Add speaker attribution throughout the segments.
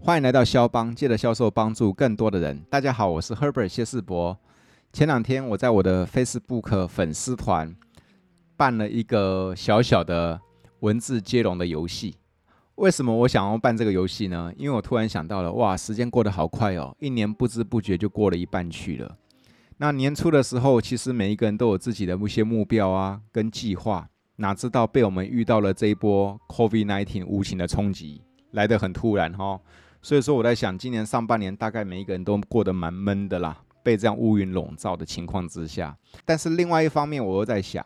Speaker 1: 欢迎来到肖邦，借着销售帮助更多的人。大家好，我是 Herbert 谢世博。前两天我在我的 Facebook 粉丝团办了一个小小的文字接龙的游戏。为什么我想要办这个游戏呢？因为我突然想到了，哇，时间过得好快哦，一年不知不觉就过了一半去了。那年初的时候，其实每一个人都有自己的一些目标啊，跟计划。哪知道被我们遇到了这一波 COVID-19 无情的冲击，来得很突然哈、哦。所以说我在想，今年上半年大概每一个人都过得蛮闷的啦，被这样乌云笼罩的情况之下。但是另外一方面，我又在想，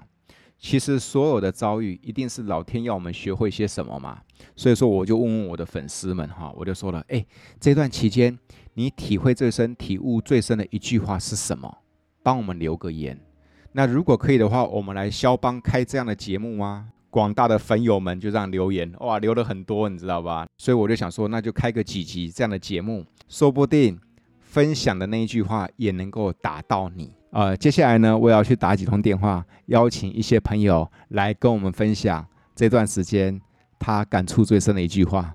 Speaker 1: 其实所有的遭遇一定是老天要我们学会些什么嘛。所以说，我就问问我的粉丝们哈，我就说了，哎，这段期间你体会最深、体悟最深的一句话是什么？帮我们留个言。那如果可以的话，我们来肖邦开这样的节目吗？广大的粉友们就这样留言，哇，留了很多，你知道吧？所以我就想说，那就开个几集这样的节目，说不定分享的那一句话也能够打到你。呃，接下来呢，我也要去打几通电话，邀请一些朋友来跟我们分享这段时间他感触最深的一句话。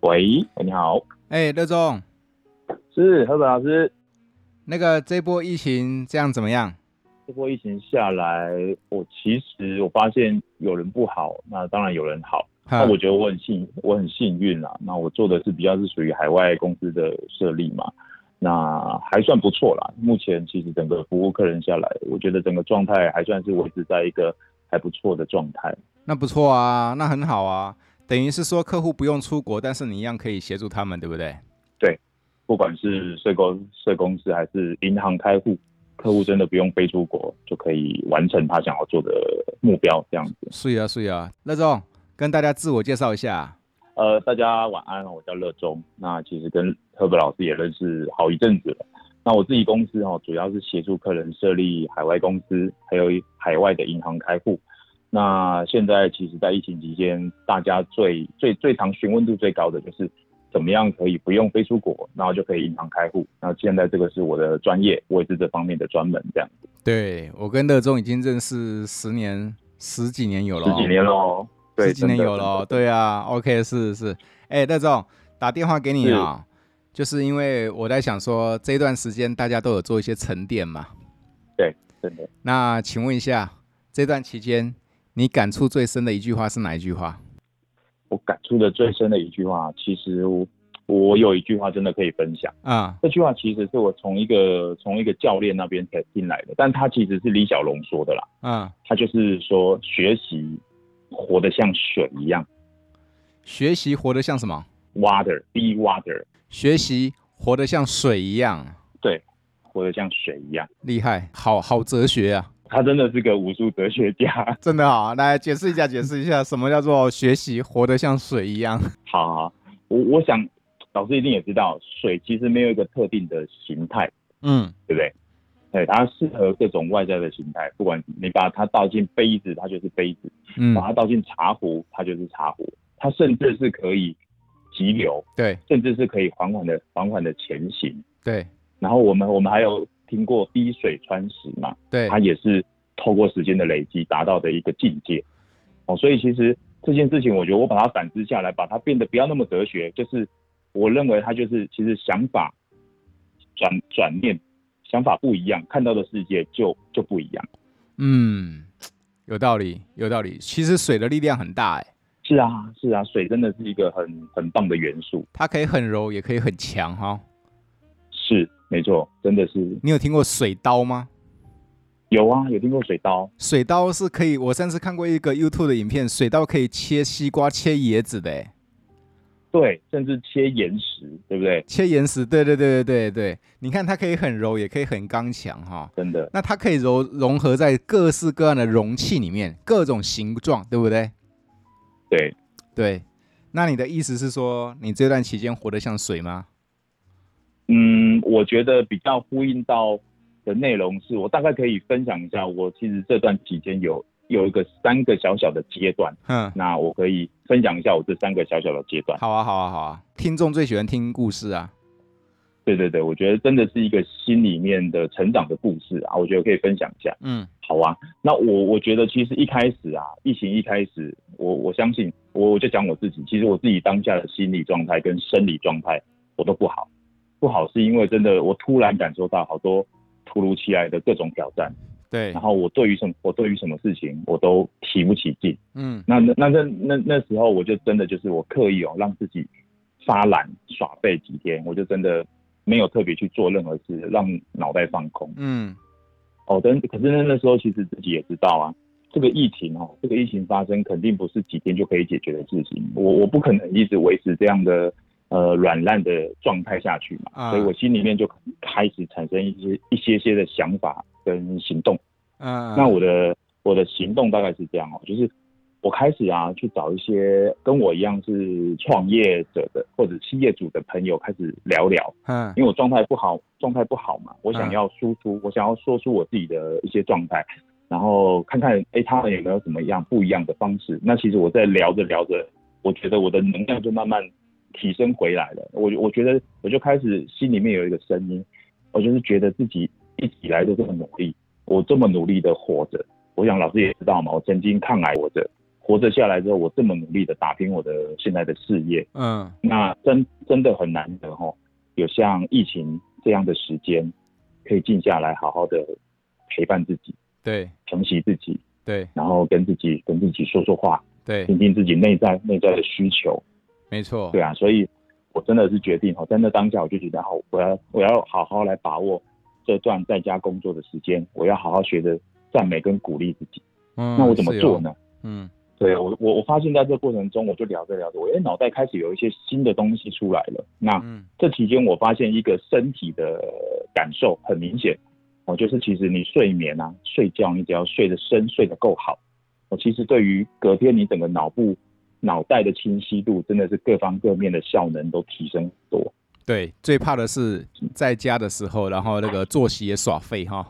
Speaker 2: 喂，你好，
Speaker 1: 哎，乐总，
Speaker 2: 是何本老师。
Speaker 1: 那个这波疫情这样怎么样？
Speaker 2: 这波疫情下来，我其实我发现有人不好，那当然有人好。那我觉得我很幸，我很幸运啦。那我做的是比较是属于海外公司的设立嘛，那还算不错啦。目前其实整个服务客人下来，我觉得整个状态还算是维持在一个还不错的状态。
Speaker 1: 那不错啊，那很好啊。等于是说客户不用出国，但是你一样可以协助他们，对不对？
Speaker 2: 不管是社工、社公司还是银行开户，客户真的不用飞出国就可以完成他想要做的目标，这样子。
Speaker 1: 是啊，是啊。乐总，跟大家自我介绍一下。
Speaker 2: 呃，大家晚安，我叫乐中。那其实跟赫本老师也认识好一阵子了。那我自己公司哦，主要是协助客人设立海外公司，还有海外的银行开户。那现在其实，在疫情期间，大家最最最常询问度最高的就是怎么样可以不用飞出国，然后就可以银行开户。那现在这个是我的专业，我也是这方面的专门这样子。
Speaker 1: 对我跟乐中已经认识十年、十几年有了、
Speaker 2: 十几年喽、哦，对，
Speaker 1: 十几年
Speaker 2: 真的
Speaker 1: 有了哦，。
Speaker 2: 真的
Speaker 1: 对啊，OK，是是，哎，乐总打电话给你
Speaker 2: 嗯
Speaker 1: 啊、就是因为我在想说这段时间大家都有做一些沉淀嘛。
Speaker 2: 真的，
Speaker 1: 那请问一下，这段期间你感触最深的一句话是哪一句话？
Speaker 2: 我感触的最深的一句话，其实我我有一句话真的可以分享。
Speaker 1: 啊、
Speaker 2: 这句话其实是我从一个从一个教练那边才听来的，但他其实是李小龙说的啦。
Speaker 1: 啊、
Speaker 2: 他就是说，学习活得像水一样
Speaker 1: 学习活得像什么？
Speaker 2: ，water，be water，
Speaker 1: 学习活得像水一样，
Speaker 2: 对，活得像水一样。
Speaker 1: 厉害，好好哲学啊！
Speaker 2: 他真的是个武术哲学家。
Speaker 1: 真的好，啊来解释一下，解释一下，什么叫做学习活得像水一样？
Speaker 2: 好好好，我我想老师一定也知道，水其实没有一个特定的形态，
Speaker 1: 嗯，
Speaker 2: 对不对？对，它适合各种外在的形态，不管你把它倒进杯子，它就是杯子；
Speaker 1: 嗯
Speaker 2: 把它倒进茶壶，它就是茶壶。它甚至是可以急流，
Speaker 1: 对
Speaker 2: 甚至是可以缓缓的、缓缓的前行。
Speaker 1: 对
Speaker 2: 然后我们我们还有听过滴水穿石嘛，
Speaker 1: 对
Speaker 2: 它，也是透过时间的累积达到的一个境界。哦，所以其实这件事情，我觉得我把它反思下来，把它变得不要那么哲学，就是我认为它就是其实想法转转念，想法不一样，看到的世界就就不一样。
Speaker 1: 嗯，有道理，有道理。其实水的力量很大，哎，
Speaker 2: 是啊，是啊，水真的是一个很很棒的元素。
Speaker 1: 它可以很柔，也可以很强哈、
Speaker 2: 是，没错，真的是
Speaker 1: 你有听过水刀吗？
Speaker 2: 有啊，有听过水刀，
Speaker 1: 水刀是可以，我上次看过一个 YouTube 的影片，水刀可以切西瓜、切椰子的，哎，
Speaker 2: 对，甚至切岩石，对不对？
Speaker 1: 切岩石，对对对对对对。你看它可以很柔，也可以很刚强哈、
Speaker 2: 真的，
Speaker 1: 那它可以融融合在各式各样的容器里面，各种形状，对不对？
Speaker 2: 对，
Speaker 1: 对，那你的意思是说，你这段期间活得像水吗？
Speaker 2: 嗯，我觉得比较呼应到的内容是我大概可以分享一下，我其实这段期间有有一个三个小小的阶段，
Speaker 1: 哼，
Speaker 2: 那我可以分享一下我这三个小小的阶段。
Speaker 1: 好啊，好啊，好啊，听众最喜欢听故事啊。
Speaker 2: 对对对，我觉得真的是一个心里面的成长的故事啊，我觉得可以分享一下。
Speaker 1: 嗯
Speaker 2: 好啊，那我我觉得其实一开始啊，疫情一开始，我我相信我我就讲我自己，其实我自己当下的心理状态跟生理状态我都不好，不好是因为真的我突然感受到好多突如其来的各种挑战，
Speaker 1: 对
Speaker 2: 然，后我对于什么我对于什么事情我都提不起劲，
Speaker 1: 嗯
Speaker 2: 那那那那那那时候我就真的就是我刻意哦让自己发懒耍废几天，我就真的没有特别去做任何事，让脑袋放空。
Speaker 1: 嗯
Speaker 2: 哦，但可是那那时候其实自己也知道啊，这个疫情哦，这个疫情发生肯定不是几天就可以解决的事情。我我不可能一直维持这样的呃软烂的状态下去嘛，
Speaker 1: 啊
Speaker 2: 所以我心里面就开始产生一些一些些的想法跟行动。
Speaker 1: 嗯，
Speaker 2: 那我的我的行动大概是这样哦，就是我开始啊去找一些跟我一样是创业者的或者企业主的朋友开始聊聊，
Speaker 1: 嗯
Speaker 2: 因为我状态不好，状态不好嘛，我想要输出，我想要说出我自己的一些状态，然后看看诶他们有没有什么样不一样的方式。那其实我在聊着聊着，我觉得我的能量就慢慢提升回来了。我我觉得我就开始心里面有一个声音，我就是觉得自己一直以来都这么努力，我这么努力的活着，我想老师也知道嘛，我曾经抗癌活着，活着下来之后，我这么努力的打拼我的现在的事业，
Speaker 1: 嗯
Speaker 2: 那真真的很难得哦，有像疫情这样的时间，可以静下来好好的陪伴自己，
Speaker 1: 对
Speaker 2: 疼惜自己，
Speaker 1: 对
Speaker 2: 然后跟自己跟自己说说话，
Speaker 1: 对，
Speaker 2: 听听自己内在内在的需求。
Speaker 1: 没错，
Speaker 2: 嗯对啊，所以我真的是决定哦，在那当下我就觉得好，我要我要好好来把握这段在家工作的时间，我要好好学着赞美跟鼓励自己。
Speaker 1: 嗯，
Speaker 2: 那我怎么
Speaker 1: 是有
Speaker 2: 做？呢？
Speaker 1: 嗯
Speaker 2: 对我我我发现在这过程中，我就聊着聊着，我哎脑袋开始有一些新的东西出来了。那
Speaker 1: 嗯
Speaker 2: 这期间我发现一个身体的感受很明显，哦，就是其实你睡眠啊，睡觉你只要睡得深、睡得够好，我其实对于隔天你整个脑部、脑袋的清晰度，真的是各方各面的效能都提升很多。
Speaker 1: 对，最怕的是在家的时候，然后那个作息也耍废哈。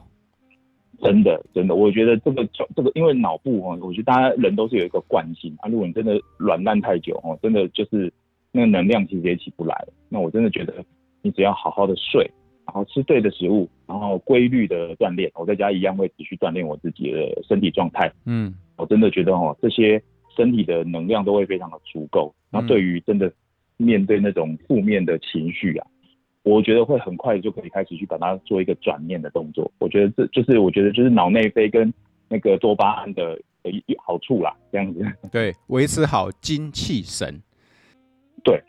Speaker 2: 真的，真的，我觉得这个这个，因为脑部哦，我觉得大家人都是有一个惯性啊。如果你真的软烂太久哦，真的就是那个能量其实也起不来。那我真的觉得，你只要好好的睡，然后吃对的食物，然后规律的锻炼，我在家一样会持续锻炼我自己的身体状态。
Speaker 1: 嗯
Speaker 2: 我真的觉得哦，这些身体的能量都会非常的足够。那对于真的面对那种负面的情绪啊，我觉得会很快就可以开始去把它做一个转念的动作。我觉得这就是我觉得就是脑内啡跟那个多巴胺的呃一一好处啦，这样子。
Speaker 1: 对，维持好精气神。
Speaker 2: 对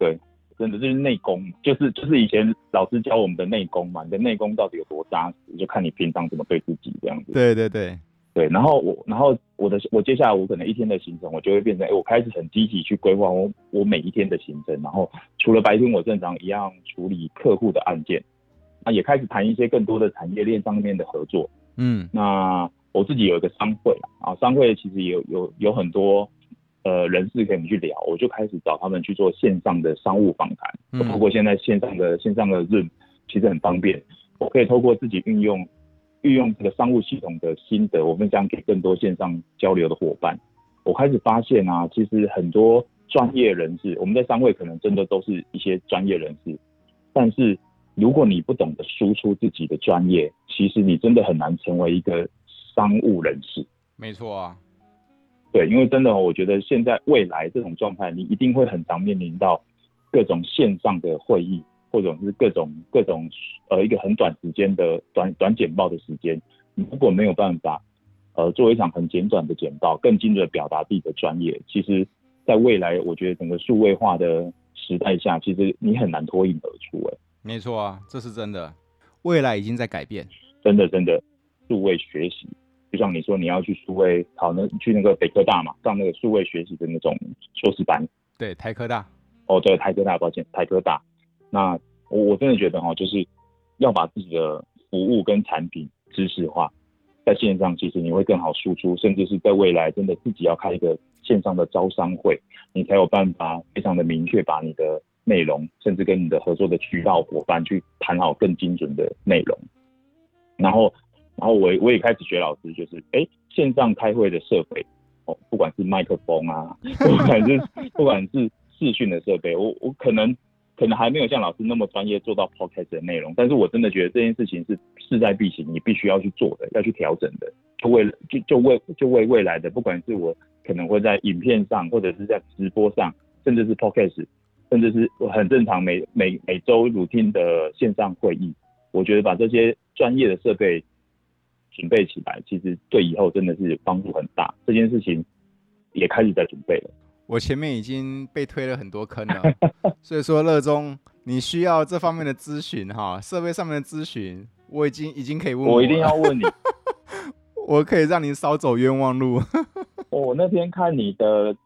Speaker 2: 对，真的就是内功，就是就是以前老师教我们的内功嘛，你的内功到底有多扎实，就看你平常怎么对自己这样子。
Speaker 1: 对对对，
Speaker 2: 对，然后我，然后我的我接下来我可能一天的行程，我就会变成，哎，我开始很积极去规划我我每一天的行程，然后除了白天我正常一样处理客户的案件，那也开始谈一些更多的产业链上面的合作。
Speaker 1: 嗯
Speaker 2: 那我自己有一个商会啦啊，商会其实也有有有很多呃人士可以去聊，我就开始找他们去做线上的商务访谈。
Speaker 1: 嗯
Speaker 2: 包括现在线上的线上的 Zoom，其实很方便。我可以透过自己运用运用这个商务系统的心得，我分享给更多线上交流的伙伴。我开始发现啊，其实很多专业人士，我们在商会可能真的都是一些专业人士，但是如果你不懂得输出自己的专业，其实你真的很难成为一个商务人士。
Speaker 1: 没错啊。
Speaker 2: 对，因为真的哦、我觉得现在未来这种状态，你一定会很常面临到各种线上的会议，或者是各种各种呃一个很短时间的短短简报的时间，你如果没有办法呃做一场很简短的简报，更精准地表达自己的专业，其实在未来，我觉得整个数位化的时代下，其实你很难脱颖而出、欸，
Speaker 1: 没错啊，这是真的。未来已经在改变。
Speaker 2: 真的真的数位学习，就像你说你要去数位考那去那个北科大嘛，上那个数位学习的那种硕士班。
Speaker 1: 对，台科大。
Speaker 2: 哦，对，台科大，抱歉，台科大。那我我真的觉得哈、哦，就是要把自己的服务跟产品知识化，在线上其实你会更好输出，甚至是在未来真的自己要开一个线上的招商会，你才有办法非常的明确把你的内容，甚至跟你的合作的渠道伙伴去谈好更精准的内容。然后，然后我也我也开始学老师，就是哎，线上开会的设备，哦，不管是麦克风啊，不管是不管是视讯的设备，我我可能可能还没有像老师那么专业做到 podcast 的内容，但是我真的觉得这件事情是势在必行，你必须要去做的，要去调整的，就为了就就为就为未来的，不管是我可能会在影片上，或者是在直播上，甚至是 podcast，甚至是我很正常每每每周 routine 的线上会议，我觉得把这些专业的设备准备起来，其实对以后真的是帮助很大。这件事情也开始在准备了。
Speaker 1: 我前面已经被推了很多坑 了，所以说乐中，你需要这方面的咨询哈，设备上面的咨询，我已经已经可以问
Speaker 2: 我一定
Speaker 1: 了
Speaker 2: 要问你，
Speaker 1: 我可以让你少走冤枉路。
Speaker 2: 哦我那天看你的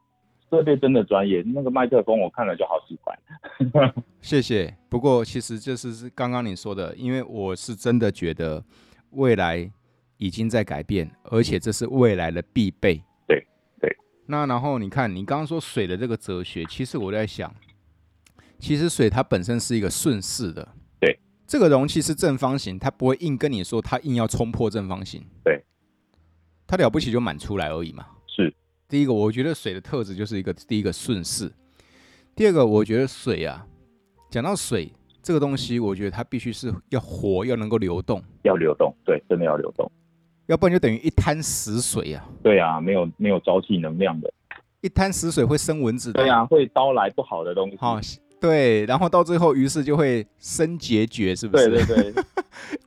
Speaker 2: 设备真的专业，那个麦克风我看了就好喜欢。
Speaker 1: 谢谢。不过其实就是是刚刚你说的，因为我是真的觉得未来已经在改变，而且这是未来的必备。
Speaker 2: 对对。
Speaker 1: 那然后你看，你刚刚说水的这个哲学，其实我在想，其实水它本身是一个顺势的。
Speaker 2: 对。
Speaker 1: 这个容器是正方形，它不会硬跟你说它硬要冲破正方形。
Speaker 2: 对。
Speaker 1: 它了不起就满出来而已嘛。
Speaker 2: 是
Speaker 1: 第一个，我觉得水的特质就是一个第一个顺势。第二个，我觉得水啊，讲到水这个东西，我觉得它必须是要活，要能够流动，
Speaker 2: 要流动，对，真的要流动。
Speaker 1: 要不然就等于一滩死水啊！
Speaker 2: 对啊，没有没有朝气能量的，
Speaker 1: 一滩死水会生蚊子的。
Speaker 2: 对啊，会招来不好的东西。
Speaker 1: 好、对，然后到最后，于是就会生孑孓，是不是？
Speaker 2: 对对对，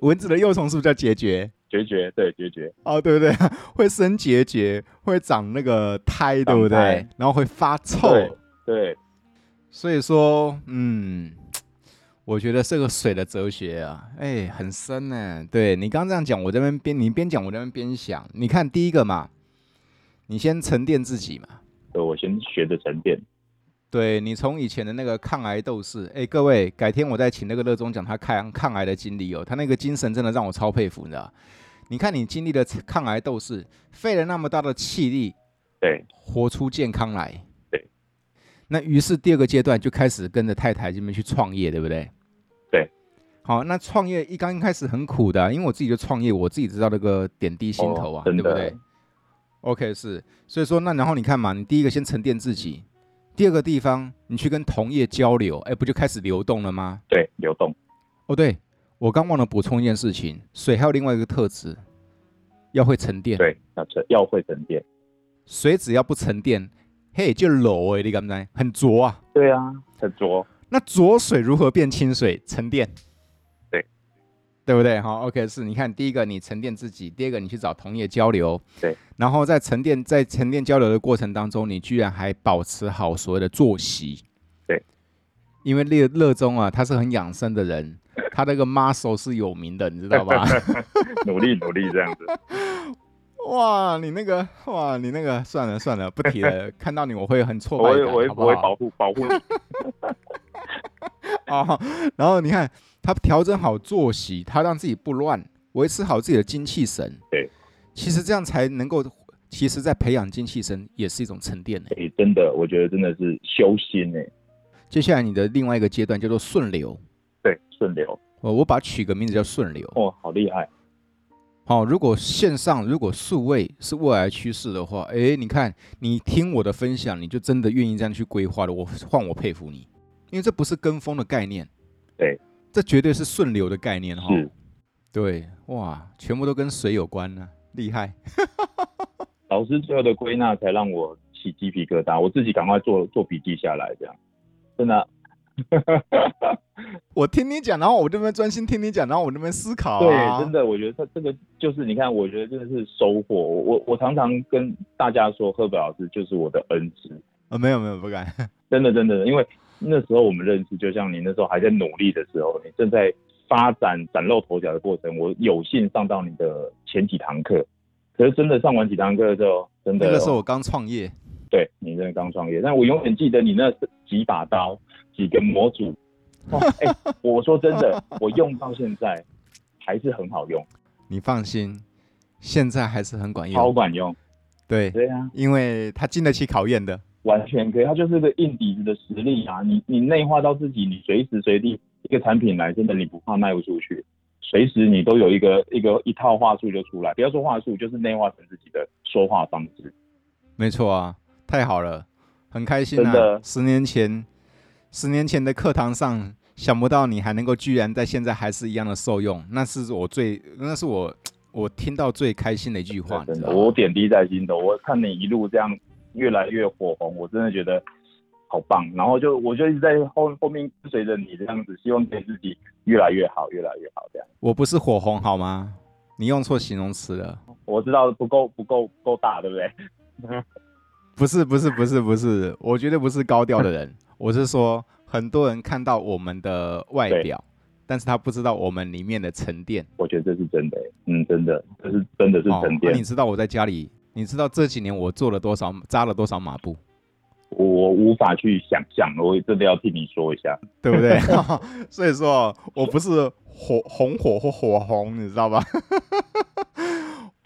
Speaker 1: 蚊子的幼虫是不是叫孑孓？
Speaker 2: 决绝，对 决绝，
Speaker 1: 哦，对不对？会生孑孓，会长那个苔，对不对
Speaker 2: 长苔？
Speaker 1: 然后会发臭。
Speaker 2: 对对，
Speaker 1: 所以说，嗯，我觉得这个水的哲学啊，哎，很深呢。对你刚刚这样讲，我这边边你边讲，我这边边想。你看第一个嘛，你先沉淀自己嘛。
Speaker 2: 对我先学着沉淀。
Speaker 1: 对你从以前的那个抗癌斗士，哎，各位，改天我再请那个乐中讲他抗抗癌的经历哦，他那个精神真的让我超佩服，你知道？你看你经历了抗癌斗士，费了那么大的气力，
Speaker 2: 对
Speaker 1: 活出健康来。
Speaker 2: 对。
Speaker 1: 那于是第二个阶段就开始跟着太太这边去创业，对不对？
Speaker 2: 对。
Speaker 1: 好，那创业一刚开始很苦的啊、因为我自己就创业，我自己知道那个点滴心头啊，
Speaker 2: 哦
Speaker 1: 对
Speaker 2: 真
Speaker 1: 不
Speaker 2: 的
Speaker 1: 对？OK，是，所以说那然后你看嘛，你第一个先沉淀自己，第二个地方你去跟同业交流，哎，不就开始流动了吗？
Speaker 2: 对，流动，
Speaker 1: 哦，对，我刚忘了补充一件事情，水还有另外一个特质，要会沉淀。
Speaker 2: 对，要沉要会沉淀。
Speaker 1: 水只要不沉淀，嘿，就柔哎，你敢不敢？很浊啊。
Speaker 2: 对啊，沉着，
Speaker 1: 那浊水如何变清水？沉淀。
Speaker 2: 对，
Speaker 1: 对不对？好，OK，是你看，第一个你沉淀自己，第二个你去找同业交流，
Speaker 2: 对，
Speaker 1: 然后在沉淀在沉淀交流的过程当中，你居然还保持好所谓的作息，
Speaker 2: 对，
Speaker 1: 因为乐乐中啊，他是很养生的 人，他那个 muscle 是有名的，你知道吧？
Speaker 2: 努力努力这 样子。
Speaker 1: 哇，你那个哇，你那个算了算了，不提 了，看到你我会很挫败
Speaker 2: 我会
Speaker 1: 感，
Speaker 2: 我
Speaker 1: 好不
Speaker 2: 会我会
Speaker 1: 好？
Speaker 2: 保护保护你。
Speaker 1: 哦，然后你看他调整好作息，他让自己不乱，维持好自己的精气神。
Speaker 2: 对，
Speaker 1: 其实这样才能够，其实，在培养精气神也是一种沉淀呢。
Speaker 2: 哎、真的，我觉得真的是修心哎、
Speaker 1: 接下来你的另外一个阶段叫做顺流，哦
Speaker 2: 对，顺流，
Speaker 1: 我我把它取个名字叫顺流。
Speaker 2: 哦，好厉害。
Speaker 1: 好、如果线上如果数位是未来趋势的话，诶，你看你听我的分享，你就真的愿意这样去规划了，我换我佩服你，因为这不是跟风的概念，
Speaker 2: 对，
Speaker 1: 这绝对是顺流的概念哈、
Speaker 2: 是
Speaker 1: 对，哇，全部都跟水有关呢、厉害。
Speaker 2: 老师最后的归纳才让我起鸡皮疙瘩，我自己赶快做做笔记下来，这样真的啊、
Speaker 1: 我听你讲，然后我这边专心听你讲，然后我这边思考、啊。
Speaker 2: 对，真的，我觉得他这个就是你看，我觉得真的是收获。我我我常常跟大家说，赫本老师就是我的恩师，
Speaker 1: 呃，没有没有，不敢。
Speaker 2: 真的真的，因为那时候我们认识，就像你那时候还在努力的时候，你正在发展崭露头角的过程，我有幸上到你的前几堂课。可是真的上完几堂课之后，真的哦
Speaker 1: 那个时候我刚创业，
Speaker 2: 对你真的刚创业，但我永远记得你那几把刀、几个模组。哇，哎、 我说真的，我用到现在还是很好用，
Speaker 1: 你放心，现在还是很管
Speaker 2: 超
Speaker 1: 用。
Speaker 2: 管用。
Speaker 1: 对，
Speaker 2: 对啊，
Speaker 1: 因为它经得起考验的。
Speaker 2: 完全可以，它就是个硬底子的实力啊！你你内化到自己，你随时随地一个产品来，真的你不怕卖不出去，随时你都有一个一个一套话术就出来。不要说话术，就是内化成自己的说话方式。
Speaker 1: 没错啊，太好了，很开心
Speaker 2: 真
Speaker 1: 啊
Speaker 2: 的！
Speaker 1: 十年前十年前的课堂上，想不到你还能够居然在现在还是一样的受用，那是我最，那是我我听到最开心的一句话。你
Speaker 2: 真
Speaker 1: 知
Speaker 2: 的，
Speaker 1: 道吗
Speaker 2: 我点滴在心的。我看你一路这样越来越火红，我真的觉得好棒。然后就我就一直在后后面跟随着你这样子，希望给自己越来越好，越来越好这样。
Speaker 1: 我不是火红好吗？你用错形容词了。
Speaker 2: 我知道不够不够不够大，对不对？
Speaker 1: 不是不是不是不是，我绝对不是高调的 人。我是说，很多人看到我们的外
Speaker 2: 对
Speaker 1: 表，但是他不知道我们里面的沉淀。
Speaker 2: 我觉得这是真的、嗯，真的，这是真的是
Speaker 1: 哦
Speaker 2: 沉
Speaker 1: 那
Speaker 2: 淀。
Speaker 1: 你知道我在家里，你知道这几年我做了多少，扎了多少马 步，
Speaker 2: 我我无法去想象，我真的要替你说一下。
Speaker 1: 对不对？ 所以说我不是火红火或火红，你知道吧？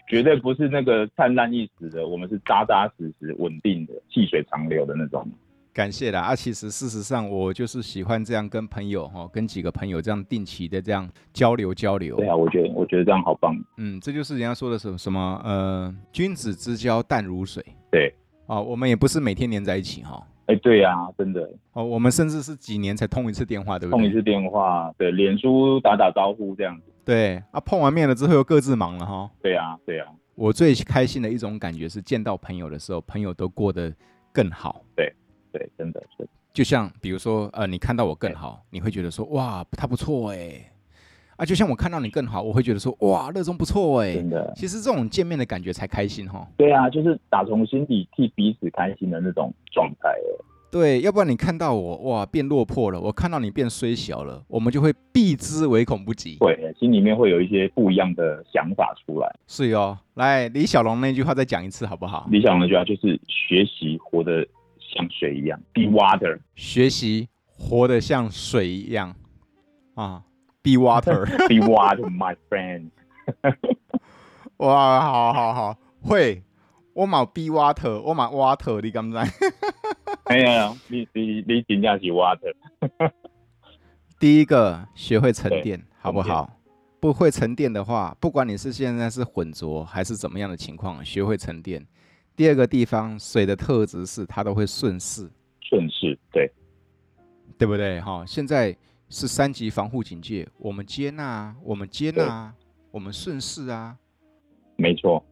Speaker 2: 绝对不是那个灿烂一时的，我们是扎扎实实、稳定的、细水长流的那种。
Speaker 1: 感谢啦啊！其实事实上，我就是喜欢这样跟朋友哦，跟几个朋友这样定期的这样交流交流。
Speaker 2: 对啊，我觉得我觉得这样好棒。
Speaker 1: 嗯，这就是人家说的什么什么呃，君子之交淡如水。
Speaker 2: 对，
Speaker 1: 哦，我们也不是每天黏在一起哈、哦。
Speaker 2: 哎、对啊，真的
Speaker 1: 我们甚至是几年才通一次电话，对不
Speaker 2: 碰
Speaker 1: 对？
Speaker 2: 一次电话，对，脸书打打招呼这样子。
Speaker 1: 对啊，碰完面了之后又各自忙了哈、
Speaker 2: 对啊，对啊，
Speaker 1: 我最开心的一种感觉是见到朋友的时候，朋友都过得更好。
Speaker 2: 对，真的是。
Speaker 1: 就像比如说，呃，你看到我更好，你会觉得说，哇，他不错哎、啊，就像我看到你更好，我会觉得说，哇，乐中不错哎、
Speaker 2: 真的，
Speaker 1: 其实这种见面的感觉才开心哈、
Speaker 2: 对啊，就是打从心底替彼此开心的那种状态欸。
Speaker 1: 对，要不然你看到我哇变落魄了，我看到你变衰小了，我们就会避之唯恐不及。
Speaker 2: 会欸，心里面会有一些不一样的想法出来。
Speaker 1: 是哦，来李小龙那句话再讲一次好不好？
Speaker 2: 理想的句话就是学习活得像水一样，be water。
Speaker 1: 学习活得像水一样啊，be water。
Speaker 2: Be water, my friend。
Speaker 1: 哇，好好好，会，我冇 be water，我冇 water，你敢不知？
Speaker 2: 哎呀，你你你真正是 water。
Speaker 1: 第一个学会沉
Speaker 2: 对
Speaker 1: 淀，好不好？不会沉淀的话，不管你是现在是混浊还是怎么样的情况，学会沉淀。第二个地方，水的特质是它都会顺势，
Speaker 2: 顺势，对，
Speaker 1: 对不对？哈，现在是三级防护警戒，我们接纳啊，我们接纳啊，我们顺势啊。
Speaker 2: 没错，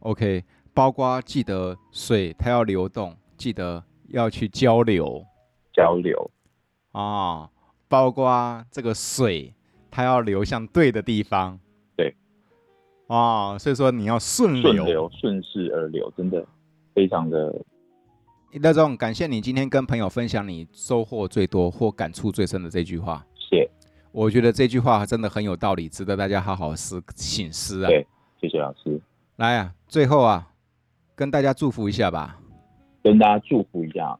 Speaker 1: OK，包括记得水它要流动，记得要去交流
Speaker 2: 交流，
Speaker 1: 啊、包括这个水它要流向对的地方。
Speaker 2: 对。
Speaker 1: 啊、所以说你要顺
Speaker 2: 顺
Speaker 1: 流。
Speaker 2: 流，顺势而流，真的非常的
Speaker 1: 那种感谢你今天跟朋友分享你收获最多或感触最深的这句话，
Speaker 2: 谢，
Speaker 1: 我觉得这句话真的很有道理，值得大家好好思醒思啊。
Speaker 2: 对谢谢老师，
Speaker 1: 来啊，最后啊，跟大家祝福一下吧。
Speaker 2: 跟大家祝福一下。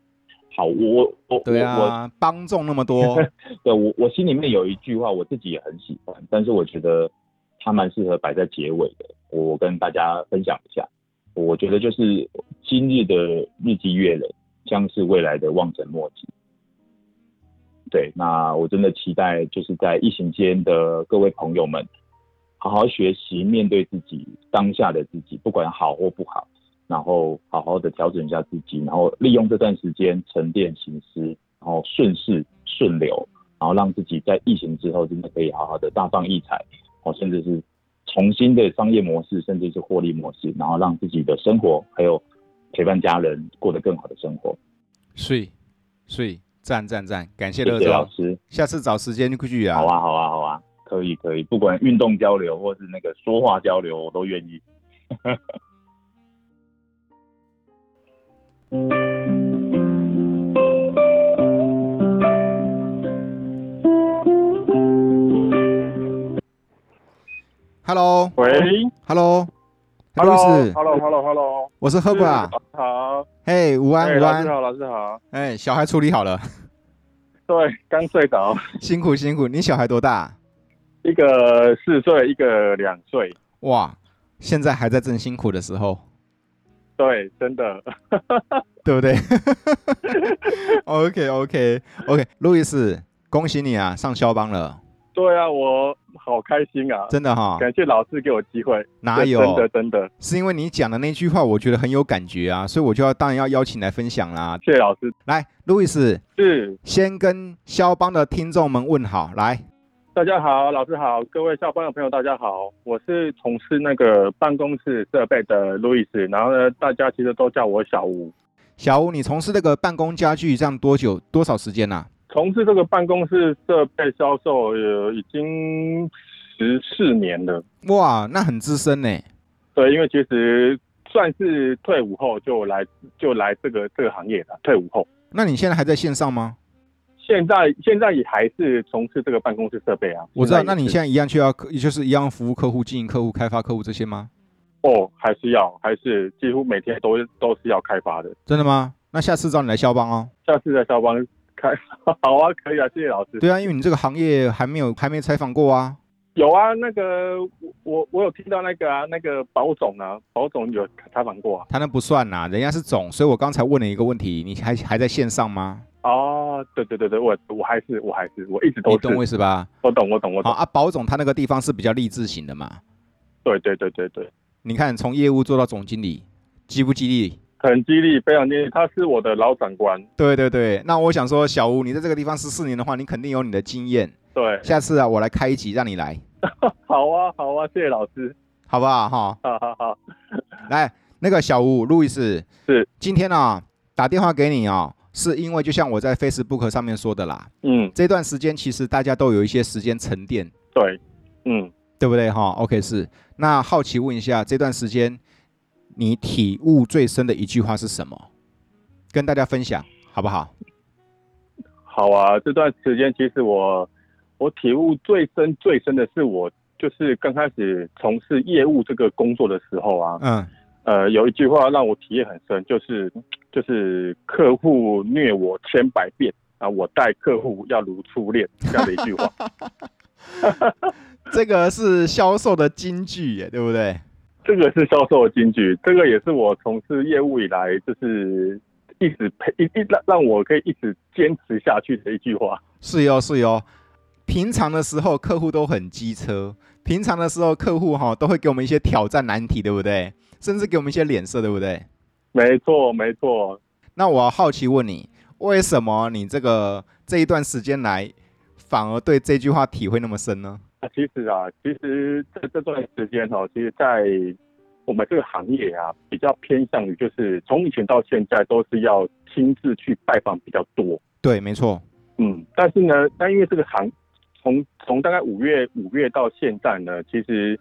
Speaker 2: 好，我我我
Speaker 1: 对
Speaker 2: 我
Speaker 1: 啊，帮众那么 多，
Speaker 2: 对我我心里面有一句话，我自己也很喜欢，但是我觉得它蛮适合摆在结尾的，我跟大家分享一下。我觉得就是今日的日积月累，将是未来的望尘莫及。对，那我真的期待就是在疫情间的各位朋友们，好好学习，面对自己当下的自己，不管好或不好，然后好好的调整一下自己，然后利用这段时间沉淀行思，然后顺势顺流，然后让自己在疫情之后真的可以好好的大放异彩，哦，甚至是重新的商业模式，甚至是获利模式，然后让自己的生活还有陪伴家人过得更好的生活。
Speaker 1: 睡睡赞赞赞，感谢
Speaker 2: 谢
Speaker 1: 乐
Speaker 2: 谢老
Speaker 1: 总，
Speaker 2: 师，
Speaker 1: 下次找时间去啊。
Speaker 2: 好啊，好啊，好啊，可以可以，不管运动交流或是那个说话交流，我都愿意。
Speaker 1: Hello，Hello，
Speaker 3: 喂
Speaker 1: 海路易斯，
Speaker 3: ，Hello，Hello，Hello，Hello，
Speaker 1: 我是 Herb 啊。
Speaker 3: 好，
Speaker 1: 嘿，午
Speaker 3: 哎，
Speaker 1: 安午
Speaker 3: 老师
Speaker 1: 安。
Speaker 3: 好，老师好，
Speaker 1: 哎，小孩处理好 了，
Speaker 3: 对，刚睡着，
Speaker 1: 辛苦辛苦。你小孩多大？
Speaker 3: 一个四岁，一个两岁，
Speaker 1: 哇，现在还在正辛苦的时候，
Speaker 3: 对，真的，
Speaker 1: 对不对？OK OK OK，路易斯，恭喜你啊，上肖邦了。
Speaker 3: 对啊，我好开心啊！
Speaker 1: 真的哈、
Speaker 3: 感谢老师给我机会，
Speaker 1: 哪有？
Speaker 3: 真的真的，
Speaker 1: 是因为你讲的那句话，我觉得很有感觉啊，所以我就要当然要邀请来分享啦。
Speaker 3: 谢谢老师。
Speaker 1: 来，路易斯，
Speaker 3: 是，
Speaker 1: 先跟肖邦的听众们问好，来，
Speaker 3: 大家好，老师好，各位校方的朋友大家好，我是从事那个办公室设备的路易斯，然后呢，大家其实都叫我小吴。
Speaker 1: 小吴，你从事这个办公家具这样多久多少时间啊啦、
Speaker 3: 从事这个办公室设备销售，呃，已经十四年了。
Speaker 1: 哇，那很资深呢。
Speaker 3: 对，因为其实算是退伍后就来就来这个这个行业的，退伍后
Speaker 1: 那你现在还在线上吗？
Speaker 3: 现在现在也还是从事这个办公室设备啊。
Speaker 1: 我知道，
Speaker 3: 现在
Speaker 1: 那
Speaker 3: 也
Speaker 1: 你
Speaker 3: 是
Speaker 1: 现在一样需要客，就是一样服务客户、经营客户、开发客户这些吗？
Speaker 3: 哦，还是要还是几乎每天都都是要开发的。
Speaker 1: 真的吗？那下次找你来肖邦哦。
Speaker 3: 下次在校方开， 好啊，可以啊，谢谢老师。
Speaker 1: 对啊，因为你这个行业还没有还没采访过啊。
Speaker 3: 有啊，那个我我有听到那个啊，那个保总啊，保总有采访过啊。
Speaker 1: 他那不算啦，人家是总，所以我刚才问了一个问题，你还还在线上吗？
Speaker 3: 哦，对对对对，我我还是我还是我一直都
Speaker 1: 你
Speaker 3: 是，
Speaker 1: 懂我意思吧？
Speaker 3: 我懂我懂我
Speaker 1: 好
Speaker 3: 懂，
Speaker 1: 啊，保总他那个地方是比较励志型的嘛。
Speaker 3: 对对对对对，
Speaker 1: 你看从业务做到总经理，激不激励？
Speaker 3: 很激励，非常激励，他是我的老长官，
Speaker 1: 对对对，那我想说，小吴，你在这个地方十四年的话，你肯定有你的经验。
Speaker 3: 对，
Speaker 1: 下次啊，我来开一集让你来，
Speaker 3: 好啊好啊，谢谢老师，
Speaker 1: 好不好？哈，
Speaker 3: 哈哈哈，
Speaker 1: 来，那个小吴，路易斯
Speaker 3: 是
Speaker 1: 今天啊打电话给你啊，是因为就像我在 Facebook 上面说的啦，
Speaker 3: 嗯，
Speaker 1: 这段时间其实大家都有一些时间沉淀，
Speaker 3: 对，嗯，
Speaker 1: 对不对哈？OK，是。那好奇问一下，这段时间你体悟最深的一句话是什么？跟大家分享好不好？
Speaker 3: 好啊，这段时间其实我我体悟最深最深的是我就是刚开始从事业务这个工作的时候啊，
Speaker 1: 嗯，
Speaker 3: 呃，有一句话让我体验很深，就是就是客户虐我千百遍啊，我待客户要如初恋这样的一句话。
Speaker 1: 这个是销售的金句耶，对不对？
Speaker 3: 这个是销售的金句，这个也是我从事业务以来就是一直陪一一让让我可以一直坚持下去的一句话。
Speaker 1: 是哟是哟。平常的时候客户都很机车，平常的时候客户哈、都会给我们一些挑战难题，对不对？甚至给我们一些脸色，对不对？
Speaker 3: 没错，没错，
Speaker 1: 那我好奇问你，为什么你这个这一段时间来，反而对这句话体会那么深呢？
Speaker 3: 啊，其实啊，其实这这段时间哦，其实，在我们这个行业啊，比较偏向于就是从以前到现在都是要亲自去拜访比较多，
Speaker 1: 对，没错，
Speaker 3: 嗯，但是呢，但因为这个行，从从大概五月五月到现在呢，其实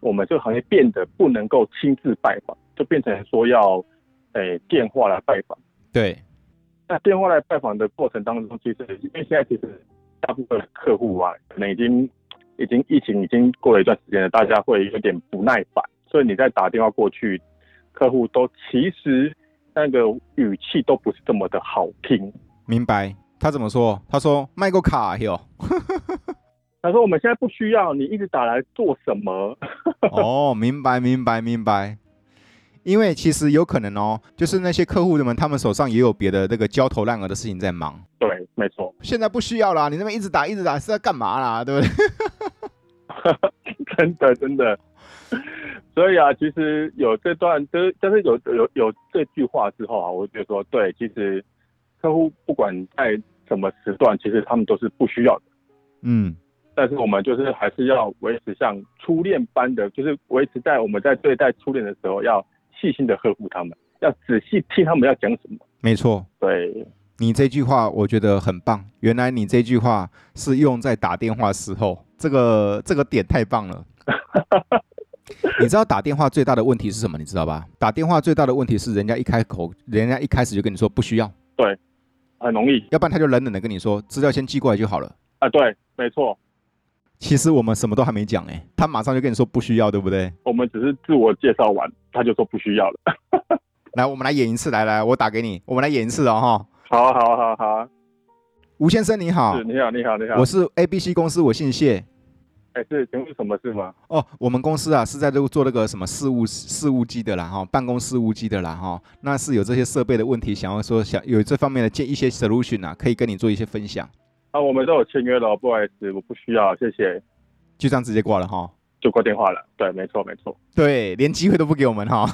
Speaker 3: 我们这个行业变得不能够亲自拜访，就变成说要，诶、电话来拜访。
Speaker 1: 对，
Speaker 3: 那电话来拜访的过程当中，其实因为现在其实大部分的客户啊，可能已经已经疫情已经过了一段时间了，大家会有点不耐烦，所以你再打电话过去，客户都其实那个语气都不是这么的好听。
Speaker 1: 明白。他怎么说？他说卖过卡哟。
Speaker 3: 他说我们现在不需要你一直打来做什么？
Speaker 1: 哦，明白，明白，明白。因为其实有可能哦，就是那些客户们，他们手上也有别的这个焦头烂额的事情在忙。
Speaker 3: 对，没错，
Speaker 1: 现在不需要啦，你那边一直打一直打是在干嘛啦？对不对？
Speaker 3: 真的真的。所以啊，其实有这段，就是但是有有有这句话之后啊，我就说，对，其实客户不管在什么时段，其实他们都是不需要的。
Speaker 1: 嗯，
Speaker 3: 但是我们就是还是要维持像初恋般的，就是维持在我们在对待初恋的时候，要细心的呵护他们，要仔细听他们要讲什么。
Speaker 1: 没错。
Speaker 3: 对，
Speaker 1: 你这句话我觉得很棒，原来你这句话是用在打电话时候，这个这个点太棒 了。你知道打电话最大的问题是什么？你知道吧？打电话最大的问题是人家一开口，人家一开始就跟你说不需要，
Speaker 3: 很容易
Speaker 1: 要不然他就冷冷的跟你说资料先寄过来就好了。
Speaker 3: 啊，对，没错。
Speaker 1: 其实我们什么都还没讲哎、他马上就跟你说不需要，对不对？
Speaker 3: 我们只是自我介绍完，他就说不需要了。
Speaker 1: 来，我们来演一次，来来，我打给你，我们来演一次哦哈。
Speaker 3: 好啊，好啊，好啊，好啊，
Speaker 1: 吴先生你好
Speaker 3: 是，，你好，你好，你好。
Speaker 1: 我是 ABC 公司，我姓谢。
Speaker 3: 哎、是，请问什么事吗？
Speaker 1: 哦，我们公司啊是在这个做那个什么事务事务机的啦哈，办公事务机的啦哈，那是有这些设备的问题，想要说想有这方面的建一些 solution 啊，可以跟你做一些分享。
Speaker 3: 啊，我们都有签约了，不好意思，我不需要，谢谢，
Speaker 1: 就这样直接挂了哈。
Speaker 3: 就挂电话了。对，没错，没错，
Speaker 1: 对，连机会都不给我们哈。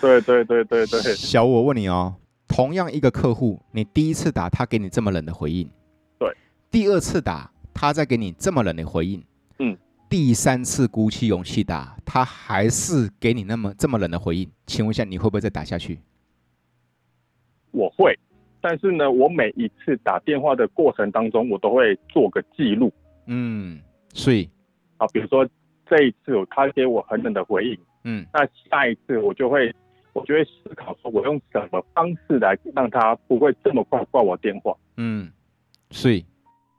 Speaker 3: 对对对对对，
Speaker 1: 小五，我问你哦，同样一个客户，你第一次打他给你这么冷的回应，
Speaker 3: 对，
Speaker 1: 第二次打他再给你这么冷的回应，
Speaker 3: 嗯，
Speaker 1: 第三次鼓起勇气打，他还是给你那么这么冷的回应，请问一下，你会不会再打下去？
Speaker 3: 我会，但是呢，我每一次打电话的过程当中，我都会做个记录
Speaker 1: 嗯，所以，
Speaker 3: 啊，比如说这一次我他给我很冷的回应，
Speaker 1: 嗯，
Speaker 3: 那下一次我就会，我就会思考说，我用什么方式来让他不会这么快挂我电话。
Speaker 1: 嗯，所以，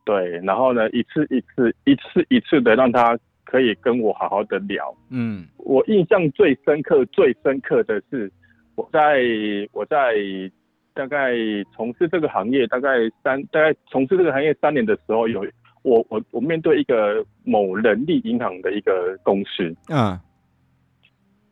Speaker 3: 对，然后呢，一次一次，一次一次的让他可以跟我好好的聊。
Speaker 1: 嗯
Speaker 3: 我印象最深刻、最深刻的是，我在我在大概从事这个行业大概三大概从事这个行业三年的时候有，我我我面对一个某人力银行的一个公司。
Speaker 1: 嗯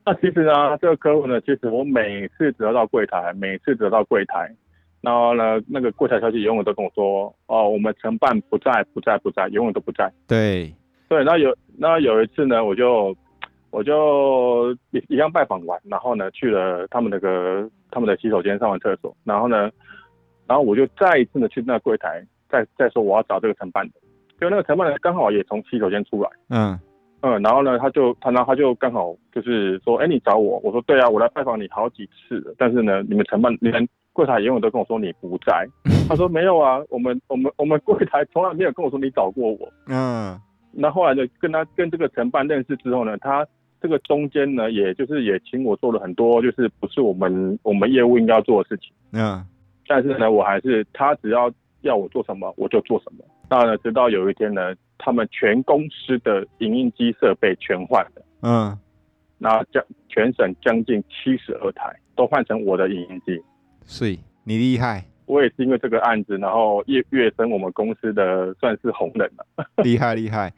Speaker 3: 那其实呢，这个客户呢，其实我每次只要到柜台，每次只要到柜台，然后呢，那个柜台小姐永远都跟我说，哦，我们承办不在，不在，不在，永远都不在。
Speaker 1: 对，
Speaker 3: 对，那有那有一次呢，我就我就一一样拜访完，然后呢去了他们那个他们的洗手间上完厕所，然后呢，然后我就再一次的去那柜台，再再说我要找这个承办的，就那个承办的刚好也从洗手间出来，
Speaker 1: 嗯
Speaker 3: 嗯，然后呢他就他然后他就刚好就是说，哎你找我，我说对啊，我来拜访你好几次了，但是呢你们承办连柜台永远都跟我说你不在，他说没有啊，我们我们我们柜台从来没有跟我说你找过我。
Speaker 1: 嗯
Speaker 3: 那后来呢，跟他跟这个承办认识之后呢，他这个中间呢，也就是也请我做了很多，就是不是我们我们业务应该要做的事情。
Speaker 1: 嗯
Speaker 3: 但是呢，我还是他只要要我做什么，我就做什么。那呢，直到有一天呢，他们全公司的影印机设备全换了，
Speaker 1: 嗯，
Speaker 3: 那将全省将近七十二台都换成我的影印机。
Speaker 1: 所以你厉害，
Speaker 3: 我也是因为这个案子，然后跃跃升我们公司的算是红人了。
Speaker 1: 厉害厉害！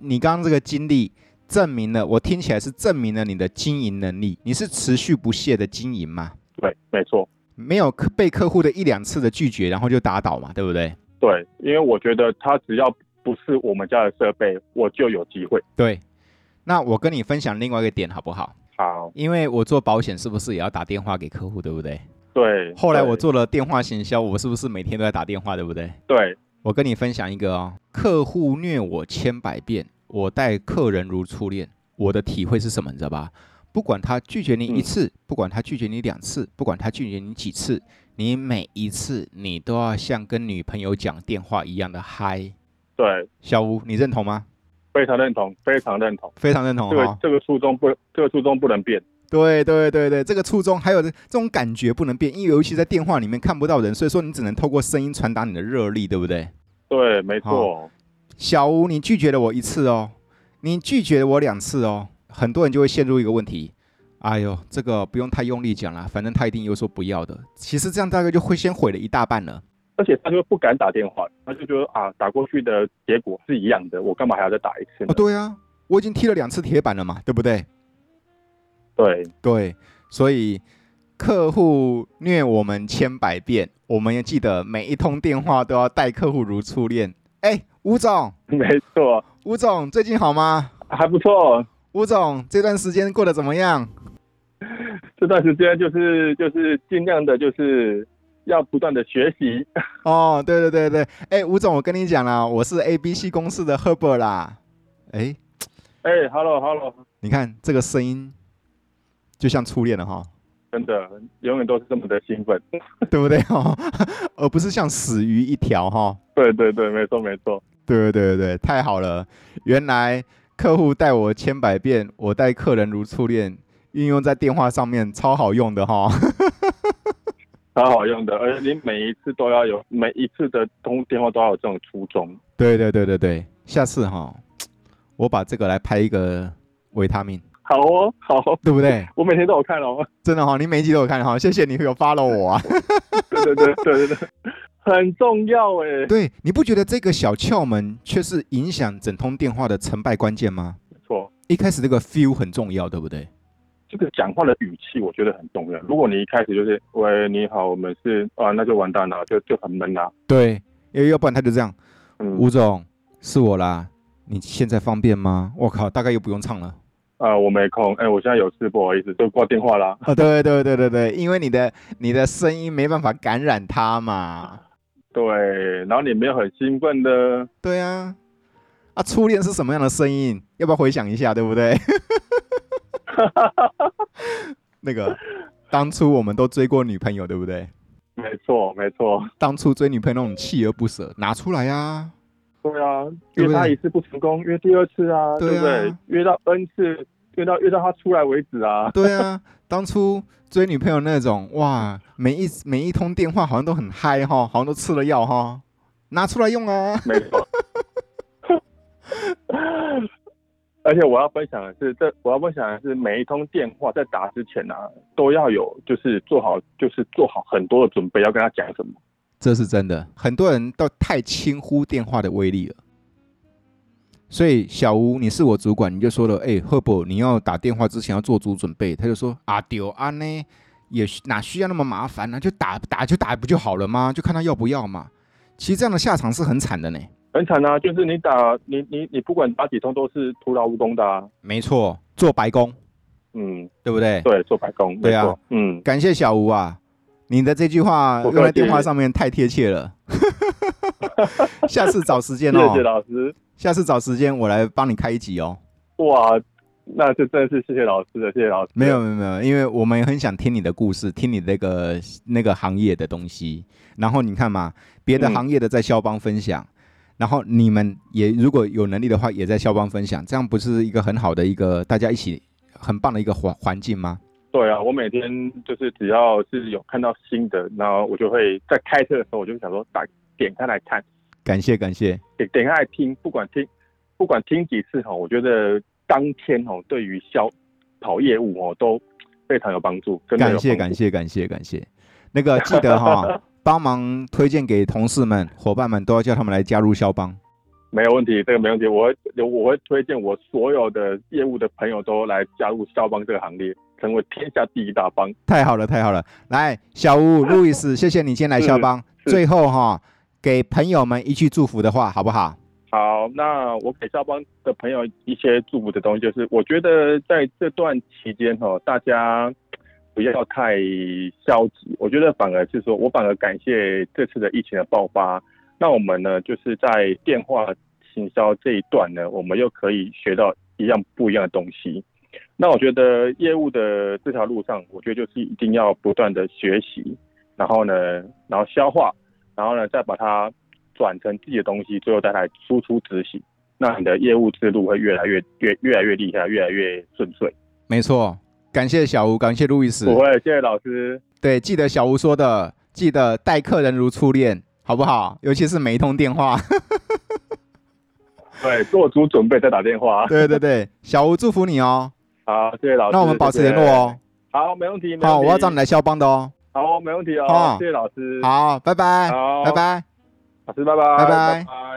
Speaker 1: 你刚刚这个经历证明了，我听起来是证明了你的经营能力，你是持续不懈的经营嘛，
Speaker 3: 对，没错。
Speaker 1: 没有客被客户的一两次的拒绝，然后就打倒嘛，对不对？
Speaker 3: 对，因为我觉得它只要不是我们家的设备，我就有机会。
Speaker 1: 对。那我跟你分享另外一个点好不好？
Speaker 3: 好，
Speaker 1: 因为我做保险是不是也要打电话给客户，对不对？
Speaker 3: 对。
Speaker 1: 后来我做了电话行销，我是不是每天都在打电话，对不对？
Speaker 3: 对对
Speaker 1: 我跟你分享一个哦，客户虐我千百遍，我待客人如初恋。我的体会是什么，你知道吧？不管他拒绝你一次，不管他拒绝你两次，不管他拒绝你几次，你每一次你都要像跟女朋友讲电话一样的嗨。
Speaker 3: 对，
Speaker 1: 小吴，你认同吗？
Speaker 3: 非常认同，非常认同。
Speaker 1: 非常认同
Speaker 3: 这个
Speaker 1: 哦。
Speaker 3: 这个初衷不，这个初衷不能变。
Speaker 1: 对对对对，这个初衷还有这种感觉不能变，因为尤其在电话里面看不到人，所以说你只能透过声音传达你的热力，对不对？
Speaker 3: 对，没错。
Speaker 1: 小吴，你拒绝了我一次哦，你拒绝了我两次哦，很多人就会陷入一个问题，哎呦，这个不用太用力讲啦，反正他一定又说不要的。其实这样大概就会先毁了一大半了。
Speaker 3: 而且他就不敢打电话，他就觉得啊，打过去的结果是一样的，我干嘛还要再打一次呢？
Speaker 1: 哦，对啊，我已经踢了两次铁板了嘛，对不对？
Speaker 3: 对
Speaker 1: 对，所以客户虐我们千百遍，我们要记得每一通电话都要待客户如初恋。哎，吴总，
Speaker 3: 没错，
Speaker 1: 吴总最近好吗？
Speaker 3: 还不错。
Speaker 1: 吴总这段时间过得怎么样？
Speaker 3: 这段时间就是就是尽量的，就是要不断的学习。
Speaker 1: 哦，对对对对，哎，吴总，我跟你讲啦，我是 ABC 公司的 Herbert 啦。哎，
Speaker 3: 哎，hello hello，
Speaker 1: 你看这个声音，就像初恋了哈，
Speaker 3: 真的永远都是这么的兴奋。
Speaker 1: 对不对哈？ 而不是像死鱼一条哈。
Speaker 3: 对对对，没错没错。
Speaker 1: 对对对对，太好了！原来客户待我千百遍，我待客人如初恋，运用在电话上面超好用的哈。
Speaker 3: 超好用的，而且你每一次都要有，每一次的通电话都要有这种初衷。
Speaker 1: 对对对对对，下次哈，我把这个来拍一个维他命，
Speaker 3: 好哦，好哦，
Speaker 1: 对不对？
Speaker 3: 我每天都有看哦。
Speaker 1: 真的哈、你每一集都有看哈、谢谢你有 follow 我啊。
Speaker 3: 对对对对对对，很重要哎。
Speaker 1: 对，你不觉得这个小窍门却是影响整通电话的成败关键吗？
Speaker 3: 没错，
Speaker 1: 一开始这个 feel 很重要，对不对？
Speaker 3: 这个讲话的语气我觉得很重要。如果你一开始就是“喂，你好，我们是”啊，那就完蛋了，就就很闷啦、
Speaker 1: 对，因为要不然他就这样，
Speaker 3: 嗯，
Speaker 1: 吴总是我啦，你现在方便吗？我靠，大概又不用唱了。
Speaker 3: 呃，我没空，哎、我现在有事，不好意思，就挂电话啦。
Speaker 1: 哦， 对对对对对，因为你的你的声音没办法感染他嘛。
Speaker 3: 对，然后你没有很兴奋的，
Speaker 1: 对啊，啊，初恋是什么样的声音？要不要回想一下，对不 对？那个，当初我们都追过女朋友，对不对？
Speaker 3: 没错没错，
Speaker 1: 当初追女朋友那种锲而不舍，拿出来呀、啊。
Speaker 3: 对啊，
Speaker 1: 对不
Speaker 3: 约他
Speaker 1: 对
Speaker 3: 一次不成功，约第二次啊，
Speaker 1: 对
Speaker 3: 对
Speaker 1: 啊
Speaker 3: 不对？约到 N 次，约到约到他出来为止啊。
Speaker 1: 对啊，当初追女朋友那种，哇，每一每一通电话好像都很嗨哈，好像都吃了药哈，拿出来用啊。
Speaker 3: 没错。 而且我要分享的是，这我要分享的是，每一通电话在打之前啊，都要有就是做好，就是做好很多的准备，要跟他讲什么。
Speaker 1: 这是真的，很多人都太轻忽电话的威力了。所以小吴，你是我主管，你就说了，哎、赫伯，你要打电话之前要做足准备。他就说，啊丢啊呢，也需哪需要那么麻烦呢、就打打就打不就好了吗？就看他要不要嘛。其实这样的下场是很惨的呢。
Speaker 3: 很惨啊，就是你打你你你不管打几通都是徒劳无功的啊。
Speaker 1: 没错，做白工，
Speaker 3: 嗯，
Speaker 1: 对不对？
Speaker 3: 对，做白工，
Speaker 1: 对啊
Speaker 3: 没错，嗯，
Speaker 1: 感谢小吴啊，你的这句话
Speaker 3: 不
Speaker 1: 用
Speaker 3: 客气
Speaker 1: 在电话上面太贴切了。 下次找时间
Speaker 3: 谢
Speaker 1: 哦
Speaker 3: 谢，老师，
Speaker 1: 下次找时间我来帮你开一集哦。
Speaker 3: 哇，那这真的是谢谢老师了，谢谢老师。
Speaker 1: 没有没有没有，因为我们也很想听你的故事，听你那个那个行业的东西。然后你看嘛，别的
Speaker 3: 嗯
Speaker 1: 行业的在肖邦分享，然后你们也如果有能力的话，也在肖邦分享，这样不是一个很好的一个大家一起很棒的一个环环境吗？
Speaker 3: 对啊，我每天就是只要是有看到新的，然后我就会在开车的时候，我就想说打点开来看，
Speaker 1: 感谢感谢，
Speaker 3: 点点开来听，不管听不管听几次哈，我觉得当天哦，对于销跑业务哦都非常有帮助，真的有
Speaker 1: 感谢
Speaker 3: 帮
Speaker 1: 感
Speaker 3: 助。
Speaker 1: 谢感谢感谢。那个记得 哈，帮忙推荐给同事们、伙伴们，都要叫他们来加入肖邦。
Speaker 3: 没有问题，这个没问题，我会我会推荐我所有的业务的朋友都来加入肖邦这个行列，成为天下第一大帮。
Speaker 1: 太好了，太好了！来，小吴、路易斯，谢谢你今天来肖邦。
Speaker 3: 是
Speaker 1: 最后哈，给朋友们一句祝福的话，好不好？
Speaker 3: 好，那我给肖邦的朋友一些祝福的东西，就是我觉得在这段期间哦，大家不要太消极，我觉得反而是说，我反而感谢这次的疫情的爆发，那我们呢就是在电话行销这一段呢，我们又可以学到一样不一样的东西。那我觉得业务的这条路上，我觉得就是一定要不断的学习，然后呢，然后消化，然后呢再把它转成自己的东西，最后再来输出执行，那你的业务之路会越来越越越来越厉害，越来越顺遂。
Speaker 1: 没错，感谢小吴，感谢路易斯。
Speaker 3: 不会，谢谢老师，
Speaker 1: 对，记得小吴说的，记得待客人如初恋，好不好？尤其是每一通电 话。
Speaker 3: 对，做足准备再打电话。
Speaker 1: 对对对，小吴祝福你哦。
Speaker 3: 好，谢谢老师。
Speaker 1: 那我们保持联络哦。
Speaker 3: 谢谢。好，没问题。没问题
Speaker 1: 好，我要找你。来肖邦的哦。
Speaker 3: 好，没问题哦。
Speaker 1: 哦
Speaker 3: 谢谢老师。，
Speaker 1: 好，拜拜，
Speaker 3: 好
Speaker 1: 拜拜。
Speaker 3: 老师，拜拜。
Speaker 1: 拜拜
Speaker 3: 拜